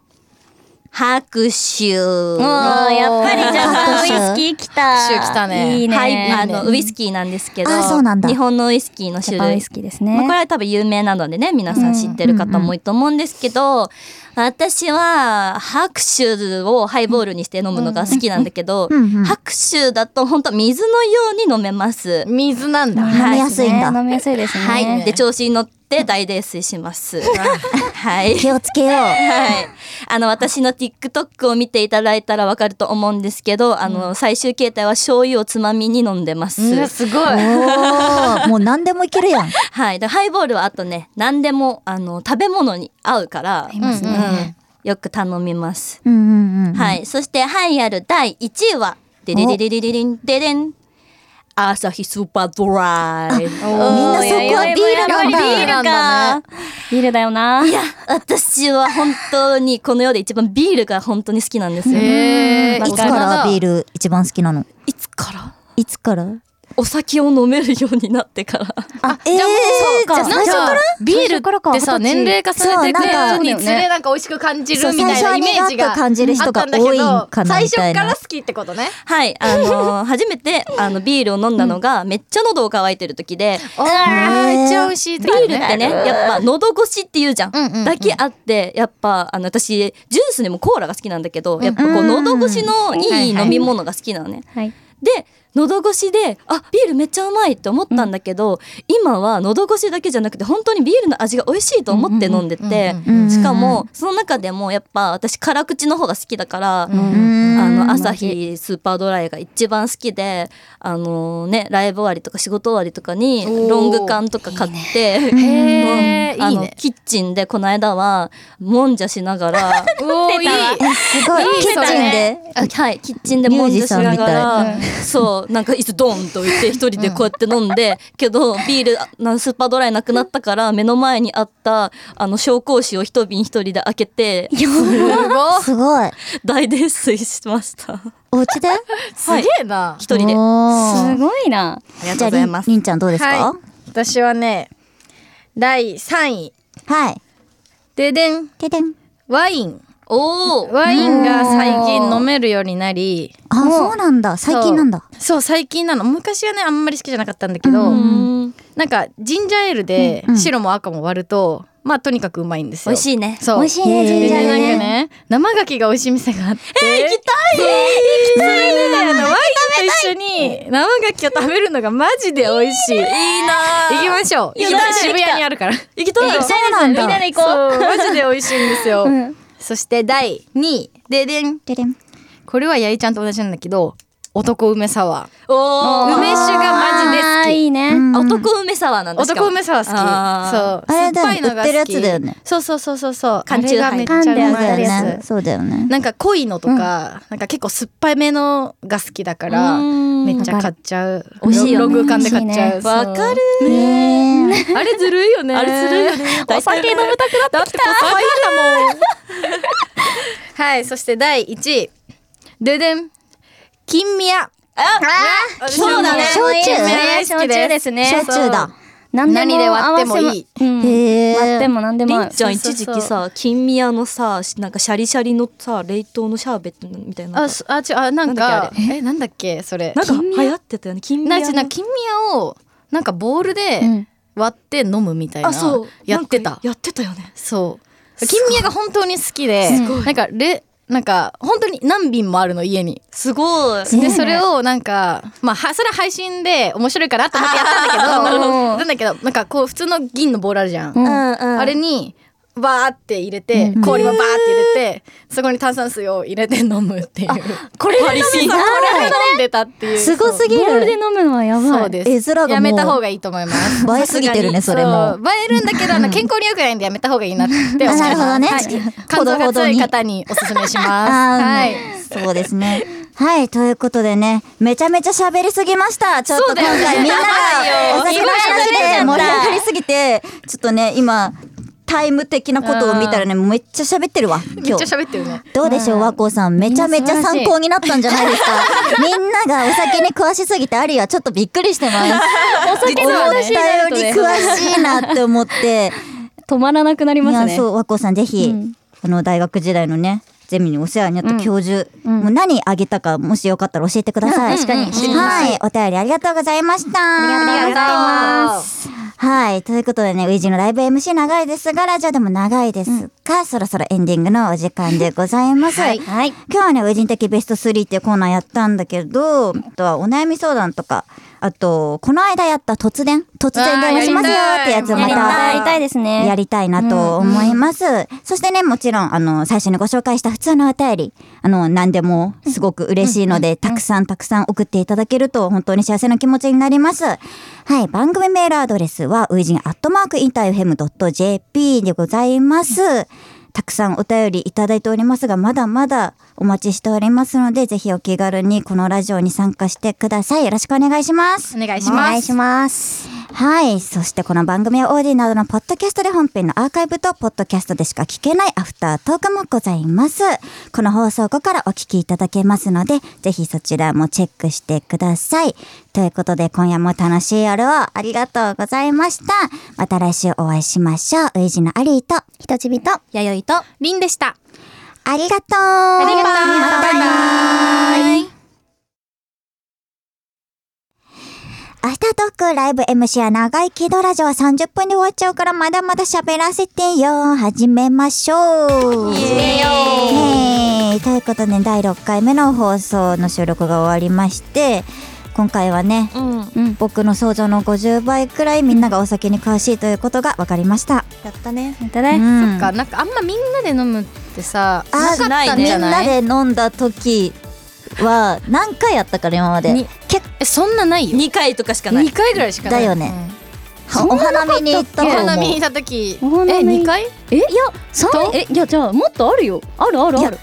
E: 拍手。
A: あーやっぱりじゃあ
B: 拍手
A: ウイスキー来た。
D: 拍手来たね
A: いいね。
E: はい、あの、ウイスキーなんですけど、
B: あそうなんだ
E: 日本のウイスキーの
A: ジャ
E: 種
A: パンウイ
E: 類
A: ス。キーです
E: まあ、これ
A: ね。
E: は多分有名なのでね皆さん知ってる方も多いと思うんですけど、私は白酒をハイボールにして飲むのが好きなんだけど、
B: うんうんうん
E: 白酒だと本当水のように飲めます。
D: 水なんだ。
B: 飲みやすいんだ
A: ね飲みやすいですね。
E: はい、で調子に乗って大泥酔します。 はい
B: 気をつけよう。
E: はい。あの、私の TikTok を見ていただいたらわかると思うんですけど、あの、最終形態は醤油をつまみに飲んでます。
D: うんすごい。
B: おお、もう何でもいけるやん。
E: はい。で、ハイボールはあとね、何でも、あの、食べ物に合うから、
D: ますね
E: うんよく頼みます。
B: うんうんうん。
E: はい。そして、栄えある第1位は、でででででででん、ででん。朝日スーパードライ。み
B: み
E: ん
B: んなそこはビールなんだ
E: ビールか。
A: ビールだよな。
E: いや、私は本当にこの世で一番ビールが本当に好きなんですよ。
D: え
B: いつからビール一番好きなの
E: いつから
B: いつから
E: お酒を飲めるようになってから。
B: あ、えー、じ
D: じ
B: ゃ
D: ゃあもうそうか
B: あ最初から
D: ビールってさ
A: 二十歳
D: 年齢重ねて
B: そう
D: くにつ
A: なんか
D: れなんか美味しく感じ
B: そう
D: るみたいなイメージ
B: 最初は苦
D: が
B: く感じる人が
D: あったんだけど
B: 多いんかな
D: 最
B: み
D: 初
B: たいな
D: から好きってことね
E: はい、あのー初めてあのビールを飲んだのがめっちゃ喉を渇いてる時で、
D: あーめっちゃ美味しいビ
E: ビールってね、やっぱ喉越しっていうじゃん。だけあって、やっぱあの私、ジュースでもコーラが好きなんだけど、やっぱこう喉越しのいい飲み物が好きなのね。
A: はい。
E: で、喉越しで、あ、ビールめっちゃうまいって思ったんだけど、今は喉越しだけじゃなくて、本当にビールの味が美味しいと思って飲んでて
B: うんうんう、ん
E: しかも、その中でもやっぱ私辛口の方が好きだから、あの朝日スーパードライが一番好きであのねライブ終わりとか仕事終わりとかに
D: おー
E: ロング缶とか買って
D: へー
E: うんあの
D: いいね
E: キッチンでこの間はもんじゃしな がら
D: おーいい
B: すごい。キッチンで。
E: あはいキッチンでもんじゃしながらそうなんか椅子ドンと置いて一人でこうやって飲んで、 けどビールあなスーパードライなくなったから目の前にあったあの紹興酒を一瓶一人で開けて
B: すごい。
E: 大泥酔しました。
B: お家です
D: げえな
E: 一人で
A: す
B: おー
A: ごいな。
D: ありが
B: じゃありん、。りんちゃんどうですか
D: はい私はね第三位
B: はい。
D: ででん
B: ででん。
D: ワイン
E: おー
D: ワインが最近飲めるようになり
B: あ、そうなんだ。最近なんだ。
D: そうそう最近なの昔はねあんまり好きじゃなかったんだけど、
E: うん
D: なんかジンジャーエールで白も赤も割ると、まあとにかくうまいんですよ
E: 美味しいね。
D: そう
A: 美味しいね、
B: へー
A: ジン
D: で
A: ジャー
D: なんか
A: ね。
D: ね生牡蠣が美味しい店があって
E: 行きたい
D: あのワインと一緒に生牡蠣を食べるのがマジで美味しい。いいな行きましょう。
E: いや
D: 行きたい
E: 行きたい
D: 渋谷にあるから。
E: 行きたい
B: そうなんだ。
D: で行こう。マジで美味しいんですよ。そして第2位。ででん。
B: ででん。
D: これはやいちゃんと同じなんだけど、男梅サワ
E: お
D: ー。
E: ー
D: 梅酒がマジ
A: あ
D: で
A: ー
D: 好き。
A: いいね。
E: あ男梅サワーなんですか
D: 男梅サワ
E: あ
D: ー好き。そう。
B: あれだよね
D: 酸っぱいのが好き
B: 売ってるやつだよね。
D: そうそうそうそうそう。
E: 缶チューハ
D: あれ
E: イ
D: がめっちゃ
A: 缶
D: う
A: で
D: ま
A: や
D: い
A: って
D: で
A: る
D: す
A: やつ。
B: そうだよね。
D: なんか濃いのとか、なんか結構酸っぱいめのが好きだから、
E: うん
D: めっちゃ買っちゃう。
E: 美味しいよね
D: ロング缶で買っちゃう。
E: わかる
D: そう。
B: ねえ。
D: あれずるいよね。
E: あれずるいよね
D: お酒飲みたくなってきた。だってこだもん。はい、そして第一位。ででん。金宮。あ、あ、
E: そうだね
B: 焼酎
D: 金宮大好き
A: 焼酎
D: で。
A: ですすね。
B: 焼酎だ。
A: 何でも
D: 何で割ってもいい
A: 合わせもうん
B: へー
A: 割っても何でも合
E: り
A: うん
E: ちゃん
D: そうそう
E: 一
D: そう
E: 時期さ金宮のさしなんかシャリシャリのさ冷凍のシャーベットみたいな
D: あすあちあなん
E: なんだ
D: かえなんだっけそれ
E: なんか流行ってたよね金
D: な
E: 宮
D: んか
E: の
D: なんか金宮をなんかボールで
A: うん
D: 割って飲むみたいな、
E: あそう
D: やって
E: なん
D: た
E: かやってたよね
D: そう金宮が本当に好きでなんかレなんか本当に何瓶もあるの家に
E: すごい
B: ね
D: でそれをなんかまあはそれは配信で面白いかなと思ってやったんだけ どやったんだけどなんかこう普通の銀のボールあるじゃん、
A: うん
D: あれにバーって入れて、氷もバーって入れてそこに炭酸水を入れて飲むっていう
E: これパリピ
D: これ飲んでたっていう
B: すごすぎ
A: ボールで
B: る。
A: 飲むのはやば
D: そ
A: いう
D: です
B: 絵面がもう
D: やめた方がいいと思います
B: 映えすぎてるね、それ
D: そ
B: も
D: う。映えるんだけどあの健康に良くないんでやめた方がいいなって思います
B: あなるほどね
D: はい
B: ほ
D: 肝
B: ど
D: 臓
B: ほ
D: が
B: ど
D: 強
B: に
D: い方におすすめします
B: あー
D: はい
B: そうですね。はい、ということでね、めちゃめちゃ喋りすぎました。ちょっと今回みんながお酒の話で盛り上がりすぎて、ちょっとね、今、タイム的なことを見たらね、めっちゃ喋ってるわ、
D: めっ
B: 今
D: ち
B: 日
D: ゃ。喋ってるね
B: どうでしょう、和光さん。めちゃめちゃ参考になったんじゃないですか。みんながお酒に詳しすぎて、あるいはちょっとびっくりしてます。お 酒に
D: 詳しいね
B: 詳しいなって思って。
A: 止まらなくなり
B: い
A: ます
B: や
A: ね
B: そう和光さんぜひ、
A: うん
B: この大学時代のねゼミにお世話になった教授、
A: うん
B: もう何あげたかもしよかったら教えてください、確かに、はいお便りありがとうございましたありがとうございますはい。ということでね、ウィジのライブ MC 長いですが、ラジオでも長いですが、そろそろエンディングのお時間でございます。はい。今日はね、ウィジン的ベスト3っていうコーナーやったんだけど、あとはお悩み相談とか、あと、この間やった突然、突然電話しますよってやつをまた、
A: やりたいですね
B: やりたいなと思います。そしてね、もちろん、あの、最初にご紹介した普通のお便り、あの、何でもすごく嬉しいので、たくさんたくさん送っていただけると、本当に幸せな気持ちになります。はい、番組メールアドレスは、ウイジンアットマークインターヘム .jp でございます。たくさんお便りいただいておりますが、まだまだお待ちしておりますので、ぜひお気軽にこのラジオに参加してください。よろしくお願いします。
D: お願いします
B: ます。はい。そしてこの番組はオーディなどのポッドキャストで本編のアーカイブと、ポッドキャストでしか聞けないアフタートークもございます。この放送後からお聞きいただけますので、ぜひそちらもチェックしてください。ということで今夜も楽しい夜をありがとうございました。また来週お会いしましょう。ウイジのアリーと、ひとちびと、
E: やよいと
D: りんでした
B: ありがとうあ
D: りがとう
B: またね
D: バイバイ
B: アフタートークライブ MC は長いけどラジオは30分で終わっちゃうからまだまだ喋らせてよ。始めましょう。
E: イエ
B: イエーイということで第6回目の放送の収録が終わりまして、今回はね、
E: うん
B: 僕の想像の50倍くらいみんながお酒に詳しいということが分かりました。
E: やったね
A: やったね
B: うん
D: かなんかあんまみんなで飲むってさな
B: あ
D: かったん
B: み
D: じ
B: ん
D: ゃな
B: ないで飲んだ時は何回やったから今まで
D: に結えそんなないよ
E: 2回とかしかない
D: 二回ぐらいしかない
B: だよねはお花見に行った
D: うん
B: と
D: お
B: 思う
D: 花見に行った時
A: お花見
D: え二回
A: えいや三えいやじゃあもっとあるよあるあるある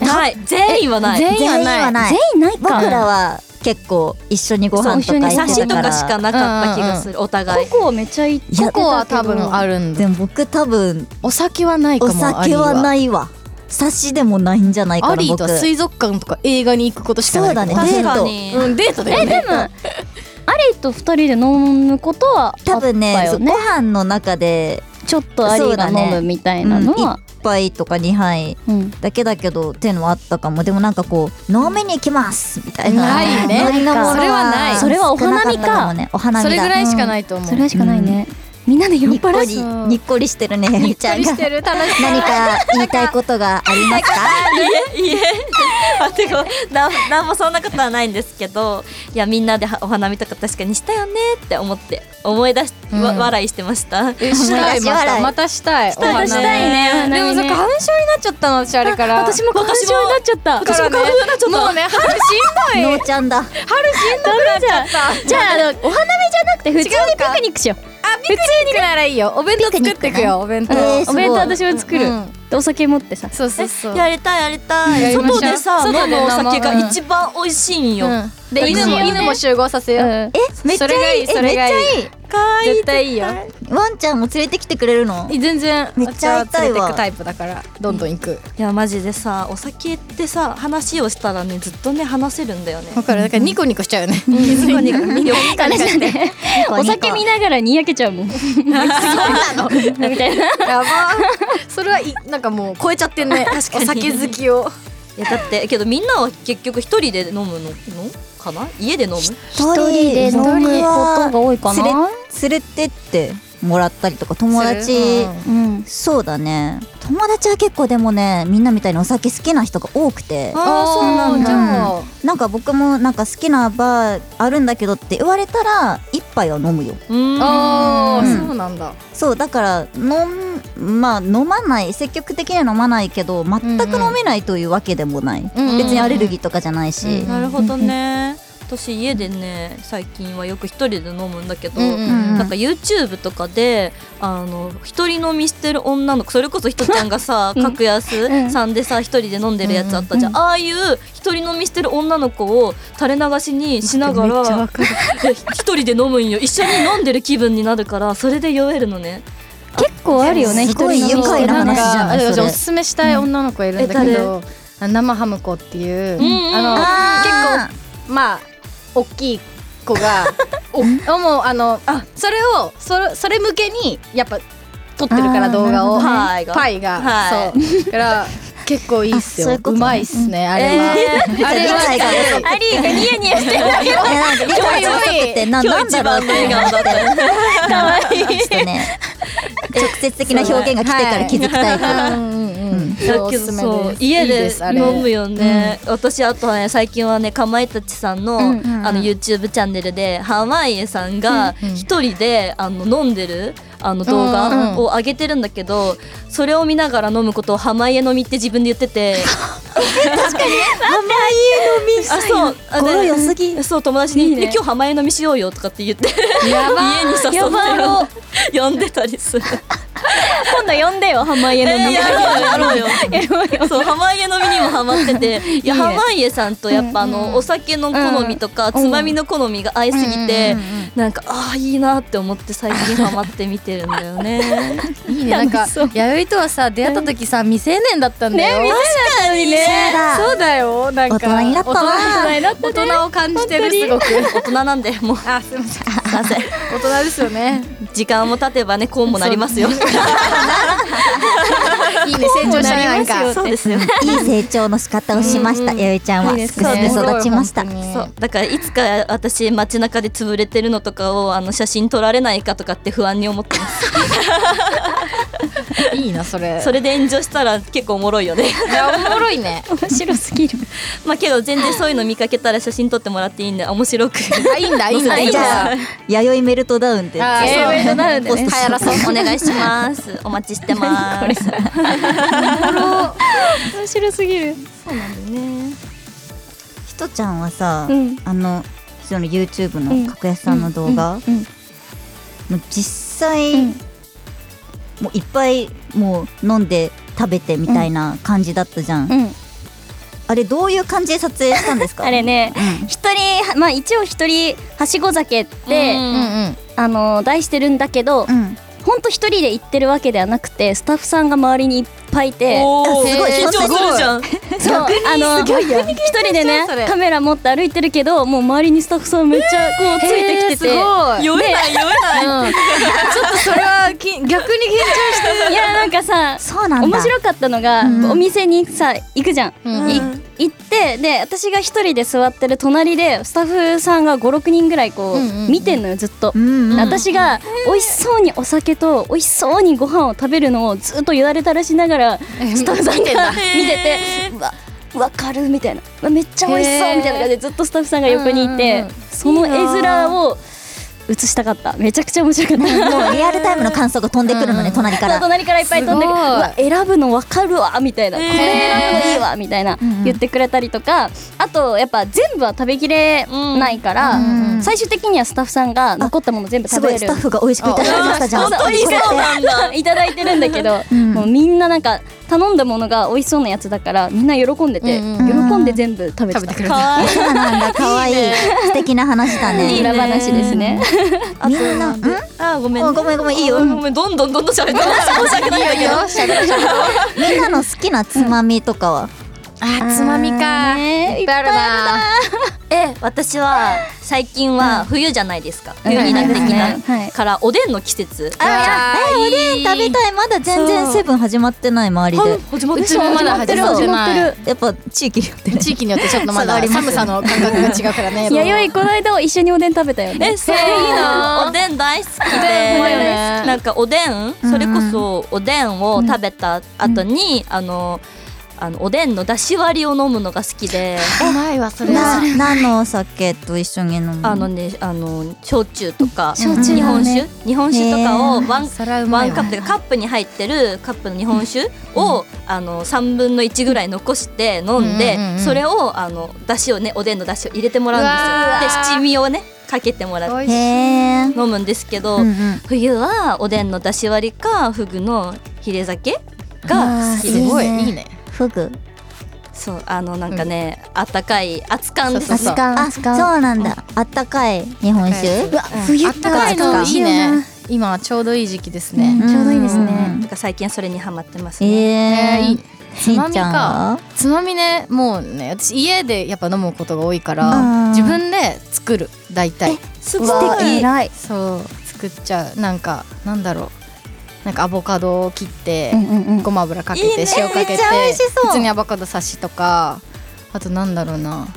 E: ない全員はない
D: 全員は
B: 全員
D: な
B: はいない
A: 全員ない
B: 僕
A: から
B: は結構一緒にご飯と
A: そう
B: か
A: 一緒
B: 行
A: に
E: 差
B: っ
E: してと
B: たか
E: からしかなかった気がするお互い
A: ココはめっちゃいい
B: いや
D: ここは多分あるんだ
B: でも僕多分
D: お酒はないか
B: お
D: も
B: 酒はないわ差しでもないんじゃない
D: ア
B: かな
D: リー
B: 僕
D: と水族館とか映画に行くことしかない
B: そうだね
E: 確か
D: デー
E: に
D: トうんデートだよ
A: え
D: ね
A: でもアリと二人で飲むことは
B: 多分
A: あった
B: ね
A: よ
B: そうご飯の中で、
A: ちょっとアリが飲むみたい
B: うん、
A: なの
B: 1
A: は
B: 杯とか2杯
A: うん
B: だけだけどっていうのはあったかもでもなんかこう飲みに行きますみたいな
D: ないね
B: ノリのもの
D: それはない
A: それはお花見か
B: 少なったもねお花見
D: そ
B: だ
D: れぐらいしかないと思う
A: それしかないねみんなで酔っ
B: にっこ
A: 払
B: り
A: う
B: にっこりしてるねやりちゃんが
D: してる楽 しい
B: 何か言いたいことがありますか
E: いえ あてかななんもそんなことはないんですけどいやみんなではお花見とか確かにしたよねって思って思い出し、わ
D: うん
E: 笑いしてました
D: えした
B: 思
D: い
B: い出し
D: ま
B: 笑
D: た
B: い
D: またしたいお
E: い
D: 花見
E: したい
A: ね
D: でも
A: お花見
D: さ
A: ね
D: 花粉症になっちゃったの私あれから
A: 私も花粉症になっちゃった
D: 私も花粉症になっちゃったもうね春しんどい
B: のーちゃんだ
D: 春しんどくなっちゃった
A: じゃああのお花見じゃなくて普通に
D: 違う
A: ピ
D: か
A: クニックしよ
D: あピクニックならいいよお弁当作ってくよお弁当
B: えー
A: う
B: す
A: お
B: ごい
A: 弁当私は作る
D: うん
A: でお酒持ってさ
D: そうそうそう
E: やりたいやり
D: や
E: たい
D: りましょう
E: 外でさ
D: 外
E: 飲
D: で
E: む
D: 飲もう
E: お酒が一番美味しいんよ、
D: うんで犬も犬も集合させよう
A: え
B: めっちゃいい
D: それがいいそれがい
B: え
D: い
B: めっちゃいい
C: 可愛い
D: 絶対いいよ
B: ワンちゃんも連れてきてくれるの
D: 全然
B: めっちゃ会いたいわ
D: あっちは連れてくタイプだからどんどん行く
E: いやマジでさお酒ってさ話をしたらねずっとね話せるんだよね
D: わかるだからニコニコしちゃうよね
E: ニコニコニコニコ
A: 話なんでお酒見ながらにやけちゃうもんそうなのみたいな
D: やば それはいなんかもう超えちゃってんね確かにお酒好きを
E: いやだってけどみんなは結局一人で飲むののかな家で飲む
B: 一
A: 一人で飲むことが多いかな
B: 連れてってもらったりとか友達、
A: うん
B: そうだね友達は結構でもねみんなみたいにお酒好きな人が多くて
E: あーそうなん
B: だ
E: じゃあ
B: なんか僕もなんか好きなバーあるんだけどって言われたら一杯は飲むよ
E: うん
D: ああ
B: うん
D: そうなんだ
B: そうだから飲んまあ飲まない積極的には飲まないけど全く飲めないというわけでもない、
D: うん
B: 別にアレルギーとかじゃないし、
E: なるほどね私家でね最近はよく一人で飲むんだけど、
B: うん
E: なんか YouTube とかであの一人飲みしてる女の子それこそひとちゃんがさ格安さんでさ一人で飲んでるやつあったじゃん、ああいう一人飲みしてる女の子を垂れ流しにしながら 一人で飲むんよ一緒に飲んでる気分になるからそれで酔えるのね
A: 結構あるよね
B: すごい
A: 一人飲み
B: 愉快な話じゃない
D: んか
B: それ
D: おすすめしたい女の子がいるんだけど、あの生ハム子っていう、
E: うん
D: あの
B: あ
D: 結構まあ大きい子 がおもうあのそれをそれそれ向けにやっぱ撮ってるか
B: あ
D: ら
B: ー
D: 動画を
E: なるほど
D: パイが
E: は
D: そうだから結構いいっすよ
B: あそうういうことね
D: まいっすねあれは、 あれは
B: 理解が遅
A: ありがニヤニヤしてる
B: いやなんか理解が遅くてなな
E: 今日
B: ん
E: 一
B: だろうっ
E: 番の
B: て
E: 笑
B: 思っ
E: 顔だった
B: て
E: よ
B: ちょっとね直接的な表現が来てから気づきたいから、
D: うんうんうんそう
E: だ
D: お
E: け
D: す
E: ど
D: すめ
E: そう
D: です
E: 家
D: いい
E: です
D: あれ
E: 飲むよね、私あとね最近はねかまいたちさんの,、
A: うんうん
B: うん
E: あの YouTube チャンネルで濱家さんが
D: うんうん
E: 一人で、あの飲んでるあの動
D: うんう
E: 画
D: ん
E: を上げてるんだけど、それを見ながら飲むことを濱家飲みって自分で言ってて 確かに濱家飲みあそうあ
B: 心
E: で
B: 良すぎ
E: そう友達にで今日濱家飲みしようよ」とかって言って
D: やば
E: 家に誘って呼んでた りする。
A: 今度呼んでよ濱家の
E: えー
A: 飲み
E: や
A: 会
E: ろうよやろうよそう濱家飲みにもハマってて いや濱家さんとやっぱあのお酒の好みとかつまみの好みが合いすぎてなんかああいいなって思って最近ハマって見てるんだよ ね
D: いいねなんか弥生とはさ出会った時さ未成年だったんだよ、
E: 確かに
B: そうだ
D: そうだよなんか
B: 大人になったわ
D: 大人になったね大人を感じてるすごく
E: 大人なんでもう
D: あすいません
E: すいません
D: 大人ですよね
E: 時間も経てばねこうもなりますよ
D: いいね成長したねなんか
E: そうですよ
B: いい成長の仕方をしました、弥生ちゃんは。すくすく育ちました。
E: そうだからいつか私街中で潰れてるのとかをあの写真撮られないかとかって不安に思って ます
D: いいなそれ
E: それで炎上したら結構おもろいよね
D: い やおもろいね
A: 面白すぎる
E: まあけど全然そういうの見かけたら写真撮ってもらっていいんで面白く
D: あいいんだいいんだいいん
B: じゃ
D: だ
B: あ、弥生メルトダウンで。
D: あーそう
A: メルトダウンでね
B: ポストし
E: 流行らそうお願いしますお待ちしてます
A: 面白すぎる
B: ひとちゃんはさ、
A: うん
B: あの、その YouTube の格安さんの動
A: う
B: 画、
A: んうん
B: もう実際、
A: うん
B: もういっぱいもう飲んで食べてみたいな感じだったじゃん。
A: うん
B: あれどういう感じで撮影したんですか
A: あれね
B: うん
A: 一人まあ一応一人はしご酒って、
E: うん
D: うん
A: あの題してるんだけど、
B: うん、
A: ほんと一人で行ってるわけではなくてスタッフさんが周りにいっぱいいて
E: おー
B: すごい
E: 緊張するじゃん
A: そうあの一人でね
D: それ
A: カメラ持って歩いてるけどもう周りにスタッフさんめっちゃこうついてきてて、
D: えーすごい
E: 酔えない酔えない
D: うんちょっとそれはき逆に緊張して
A: いやなんかさ
B: そうなんだ。
A: 面白かったのが、
B: うん
A: お店にさ行くじゃん、
D: うん
A: い行ってで私が一人で座ってる隣でスタッフさんが56人ぐらいこう、
D: うんうんうん
A: 見てんのよずっと
B: う、んうん、
A: 私が美味しそうにお酒と美味しそうにご飯を食べるのをずっとよだれ垂らしながらスタッフさんが見ててうわわかるみたいなうわめっちゃ美味しそ
D: へ
A: う
D: ー
A: みたいな感じでずっとスタッフさんが横にいて、
D: うんうんうん
A: その絵面を映したかっためちゃくちゃ面白かった。
B: もうリアルタイムの感想が飛んでくるのね、隣か
A: そう
B: ら。
A: 隣からいっぱい飛んでくるう
D: すごい
A: わ選ぶの分かるわみたいなこ
E: へー
A: れ選ぶのいいわみたいな
B: うんうん
A: 言ってくれたりとかあとやっぱ全部は食べきれないから
B: うん
A: 最終的にはスタッフさんが残ったもの全部
B: す
A: 食
B: ご
A: べれ
B: い
A: る
B: スタッフが美味しくいただきましたじゃん。
E: 本当にそうなんだ
A: いただいてるんだけど、
B: うん
A: もうみんななんか頼んだものが美味しそうなやつだからみんな喜んでて、
D: うん
B: うん
A: 喜んで全部食べてた
D: 食べてくれ
E: かわいい
B: そうなんだ、可愛いい素敵な話だね。
A: 裏話ですね。
B: みんな、ん
E: あーごめん、
B: あごめんごめんいいよ
E: あーごめんどんどんどんどん喋って申し訳ないんだけど
B: みんなの好きなつまみとかは、
D: あつまみか
F: いっぱいあるな
E: え 私は最近は冬じゃないですか、冬になってき
A: はいはいはい
E: たからおでんの季節、
B: あえおでん食べたいまだ全然セブン始まってない周りで
E: 始まっ
D: うちもまだ始まってない
B: やっぱ地域によってね
D: 地域によってちょっとまだ寒さの感覚が違うからね
A: 弥生この間一緒におでん食べたよね
E: えそうおでん大好きで、なんかおでんそれこそおでんを食べた後に、あのあのおでんのだし割りを飲むのが好きで、
D: ないわそれ
B: な何のお酒と一緒に飲むの
E: あのねあの焼酎とか
A: 焼酎
E: 日
A: だ
E: 本
A: ね
E: 酒日本酒とかをワン
D: 皿う
E: ワ
D: まい
E: ンカ
D: わ
E: ップでカップに入ってるカップの日本酒を、あの3分の1ぐらい残して飲んで、
D: うんうんうん
E: それをあのだしをねおでんのだしを入れてもらうんですよ。で七味をねかけてもらっ
B: へ
E: て
B: え
E: 飲むんですけ
B: う
E: ど、
B: んうん
E: 冬はおでんのだし割りかフグのヒレ酒が好き
B: あー
E: です
D: す。ごい
B: いいね
D: いいね
B: フグ
E: そうあのなんかね、あったかい熱燗です
D: そうそう
B: あそうなんだあったかい日本酒
D: うわ
A: 冬
D: あったかいのいいね今ちょうどいい時期ですね
A: ちょうどいいですね
E: なんか最近それにハマってます
B: え
E: ね。
B: え
D: えーいいつ
B: し
D: ま
B: ん
D: み
B: ちゃん
D: か
B: は
D: つまみねもうね私家でやっぱ飲むことが多いか
B: うん
D: ら自分で作る大体
E: す
A: 素敵偉い
D: そう作っちゃうなんかなんだろうなんかアボカドを切って
A: うんうんうん
D: ごま油かけて
E: いいね
D: 塩かけて
B: めっちゃ美味しそう
D: 普通にアボカド刺しとかあとなんだろうな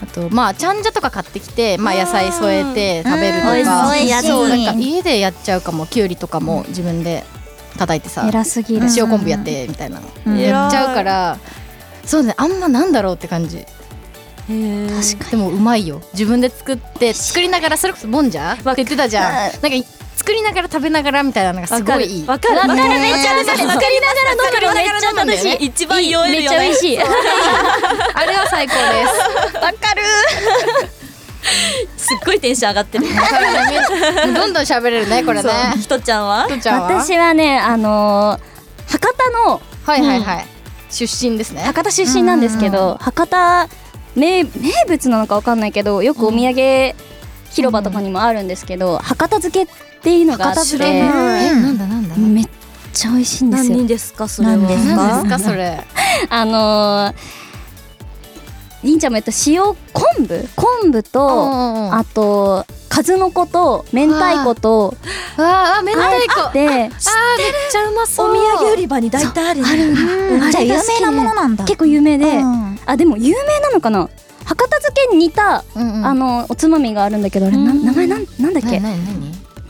D: あとまあちゃんじゃとか買ってきて、まあ、野菜添えて食べると
B: うん
D: か
B: 美味しい
D: そうなんか家でやっちゃうかもきゅうりとかも自分で叩いてさ
A: 偉すぎる
B: ん
D: 塩昆布やってみたいな
B: うん
D: やっちゃうからそうねあんまなんだろうって感じ
E: 確
D: でもうまいよ自分で作って作りながらそれこそもんじゃって言ってたじゃんなんか作りながら食べながらみたいなのがすごいいい
E: わかるわかる
D: ね
E: めっちゃ楽しい作りながら飲むのめっちゃ楽しい一番酔えるよね
A: めっちゃ美味しい
D: あれは最高です。 わかる。
E: すっごいテンション上がってる
D: どんどん喋れるね、これね。
E: ひとちゃんは
D: とちゃんは。
A: 私はねあのー博多の
D: はいはいはい。出身ですね。
A: 博多出身なんですけど博多名名物なのかわかんないけどよくお土産広場とかにもあるんですけど博多漬けっていうのがあって
D: え、なんだなんだ。何
A: めっちゃ美味しいんですよ
E: 何ですかそれは
B: 何です
D: ですかそれ。
A: あのー、りんちゃんも言った塩昆布昆布と、
D: あ
A: あと数の子と明太子と
D: わあ、明太子。
A: あ
D: あ
A: ってめっ
D: めっちゃうま
E: お
D: そう。
E: 土産売り場に大体あるね
B: じゃあ
A: ちゃ
B: 有名なものなんだ
A: 結構有名で、
B: うん
A: あでも有名なのかな博多漬けに似た、
D: うんうん
A: あのおつまみがあるんだけどあれな名前なんなんだっけ
D: なに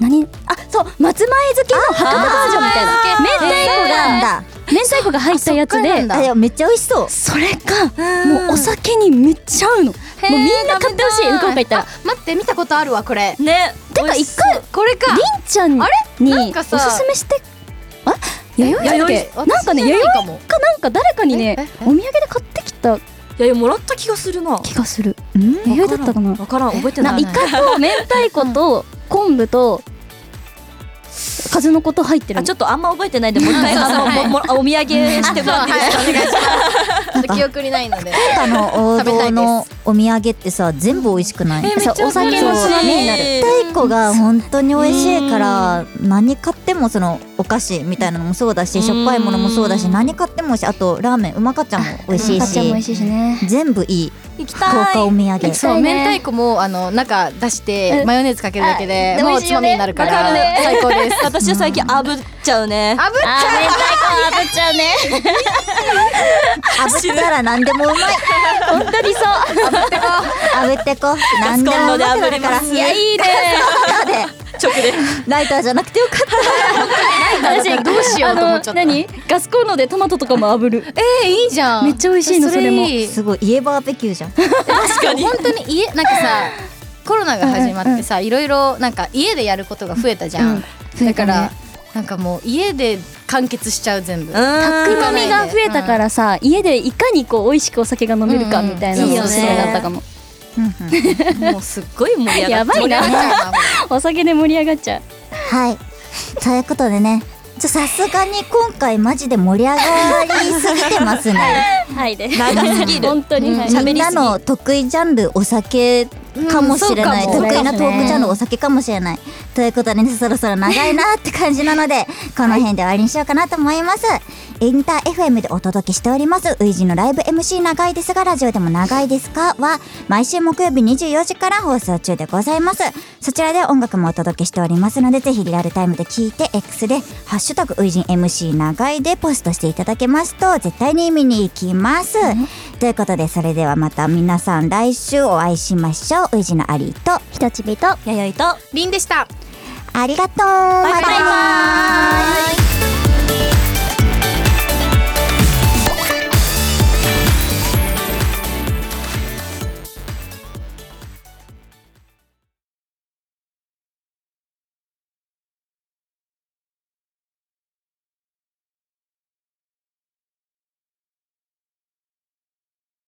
D: なに
A: 何あそう松前漬けの博多バージョンみたいな明
B: そうなん
A: 太子
B: だ
A: が明太子が入ったやつ
D: あそっから
A: で
D: なんだ
B: あいやめっちゃ美味しそう
A: それがもうお酒にめっちゃ合うのもうみんな買ってほしい福岡行ったら
D: あ待って見たことあるわこれ。
E: ね
A: てか一回
D: これか
A: り。んちゃんに
D: あなんか
A: お
D: さ
A: すすめしてあ弥生だっけなんかね弥生
D: かも。
A: かなんか誰かにね
D: ええ
A: お土産で買ってきた
E: いやいやもらった気がするな
A: 気がする弥生だったかな
E: わからん覚えて
A: な
E: ない
A: イカと明太子と昆布と数の子と入ってる
E: あちょっとあんま覚えてないんでもう一回あのももお土産してもらっていいですか
D: い、お願いします。ちょっと記憶にないので。
B: あの王
D: 食べた
B: 道
D: いです
B: のお土産ってさ全部美味しくない
E: えめっちゃ
B: そうお酒
E: 美
B: の
E: 味しい
B: つまみになる明太子が本当に美味しいから何買ってもそのお菓子みたいなのもそうだ
E: う
B: し
E: ん
B: しょっぱいものもそうだし何買っても美味しいあとラーメンうまかっちゃんも美味しい
A: かっちゃんも美味
B: し
A: しいしね
B: 全部いい
E: 行き
B: 高
E: た
B: 価お
E: い
B: 土産
A: 行き
D: そう、
A: たいね
D: 明太子もあの中出し
A: う
D: て
A: ん
D: マヨネーズかけるだけで
A: あ
D: も
A: 美
D: う
A: 味しいよ
D: つまみ
A: ね
D: になるから
A: わかるね
D: 最 高です。
E: 私は最近炙っちゃうね
D: 炙っ
A: あ明太子は炙っちゃうね
B: 炙ったら何でもうまい
A: 本当にそう
B: 炙ってこ何で
E: ガス
B: も
E: コンロ
B: う
E: で
B: まく
E: 炙
B: な
E: り
B: るか
E: ま
B: ら
E: す
B: いやいい
E: いいね直で
B: ライターじゃなくてよかった
A: 私
D: どうしようと思っちゃった
A: あの何ガスコンロでトマトとかも炙る
D: えーいいじゃん。
A: めっちゃ美味しいのそれも
D: いい
B: すごい家バーベキューじゃん
E: 確かに
D: 本当に家なんかさコロナが始まってさいろいろなんか家でやることが増えたじゃん、だからなんかもう家で完結しちゃう全部、
A: く
E: う
A: 飲みが増えたからさ、家でいかにこう美味しくお酒が飲めるかみたいな
E: うんうん
A: のがおすすめだったかも、
E: んもうすっごい盛り上がって
A: やばいな
D: 盛り上がっちゃうな
A: お酒で盛り上がっちゃう
B: はいということでねちょさすがに今回マジで盛り上がりすぎて ますね
A: はいで
E: 長すぎる
A: 本当に、はい
B: みんなの得意ジャンルお酒かもしれない、
C: うんそうかも
B: 得意なトークジャンルお酒かもしれない、ということでねそろそろ長いなって感じなのでこの辺で終わりにしようかなと思います、インター FM でお届けしております「ウイジのライブ MC 長いですがラジオでも長いですか?」は毎週木曜日24時から放送中でございますそちらで音楽もお届けしておりますのでぜひリアルタイムで聞いて X で「ハッシュタグウイジン MC 長い」でポストしていただけますと絶対に見に行きます、ということでそれではまた皆さん来週お会いしましょうウイジのアリーと
A: ひとちびと
E: 弥生と
D: りんでした
B: ありがとうバイバイ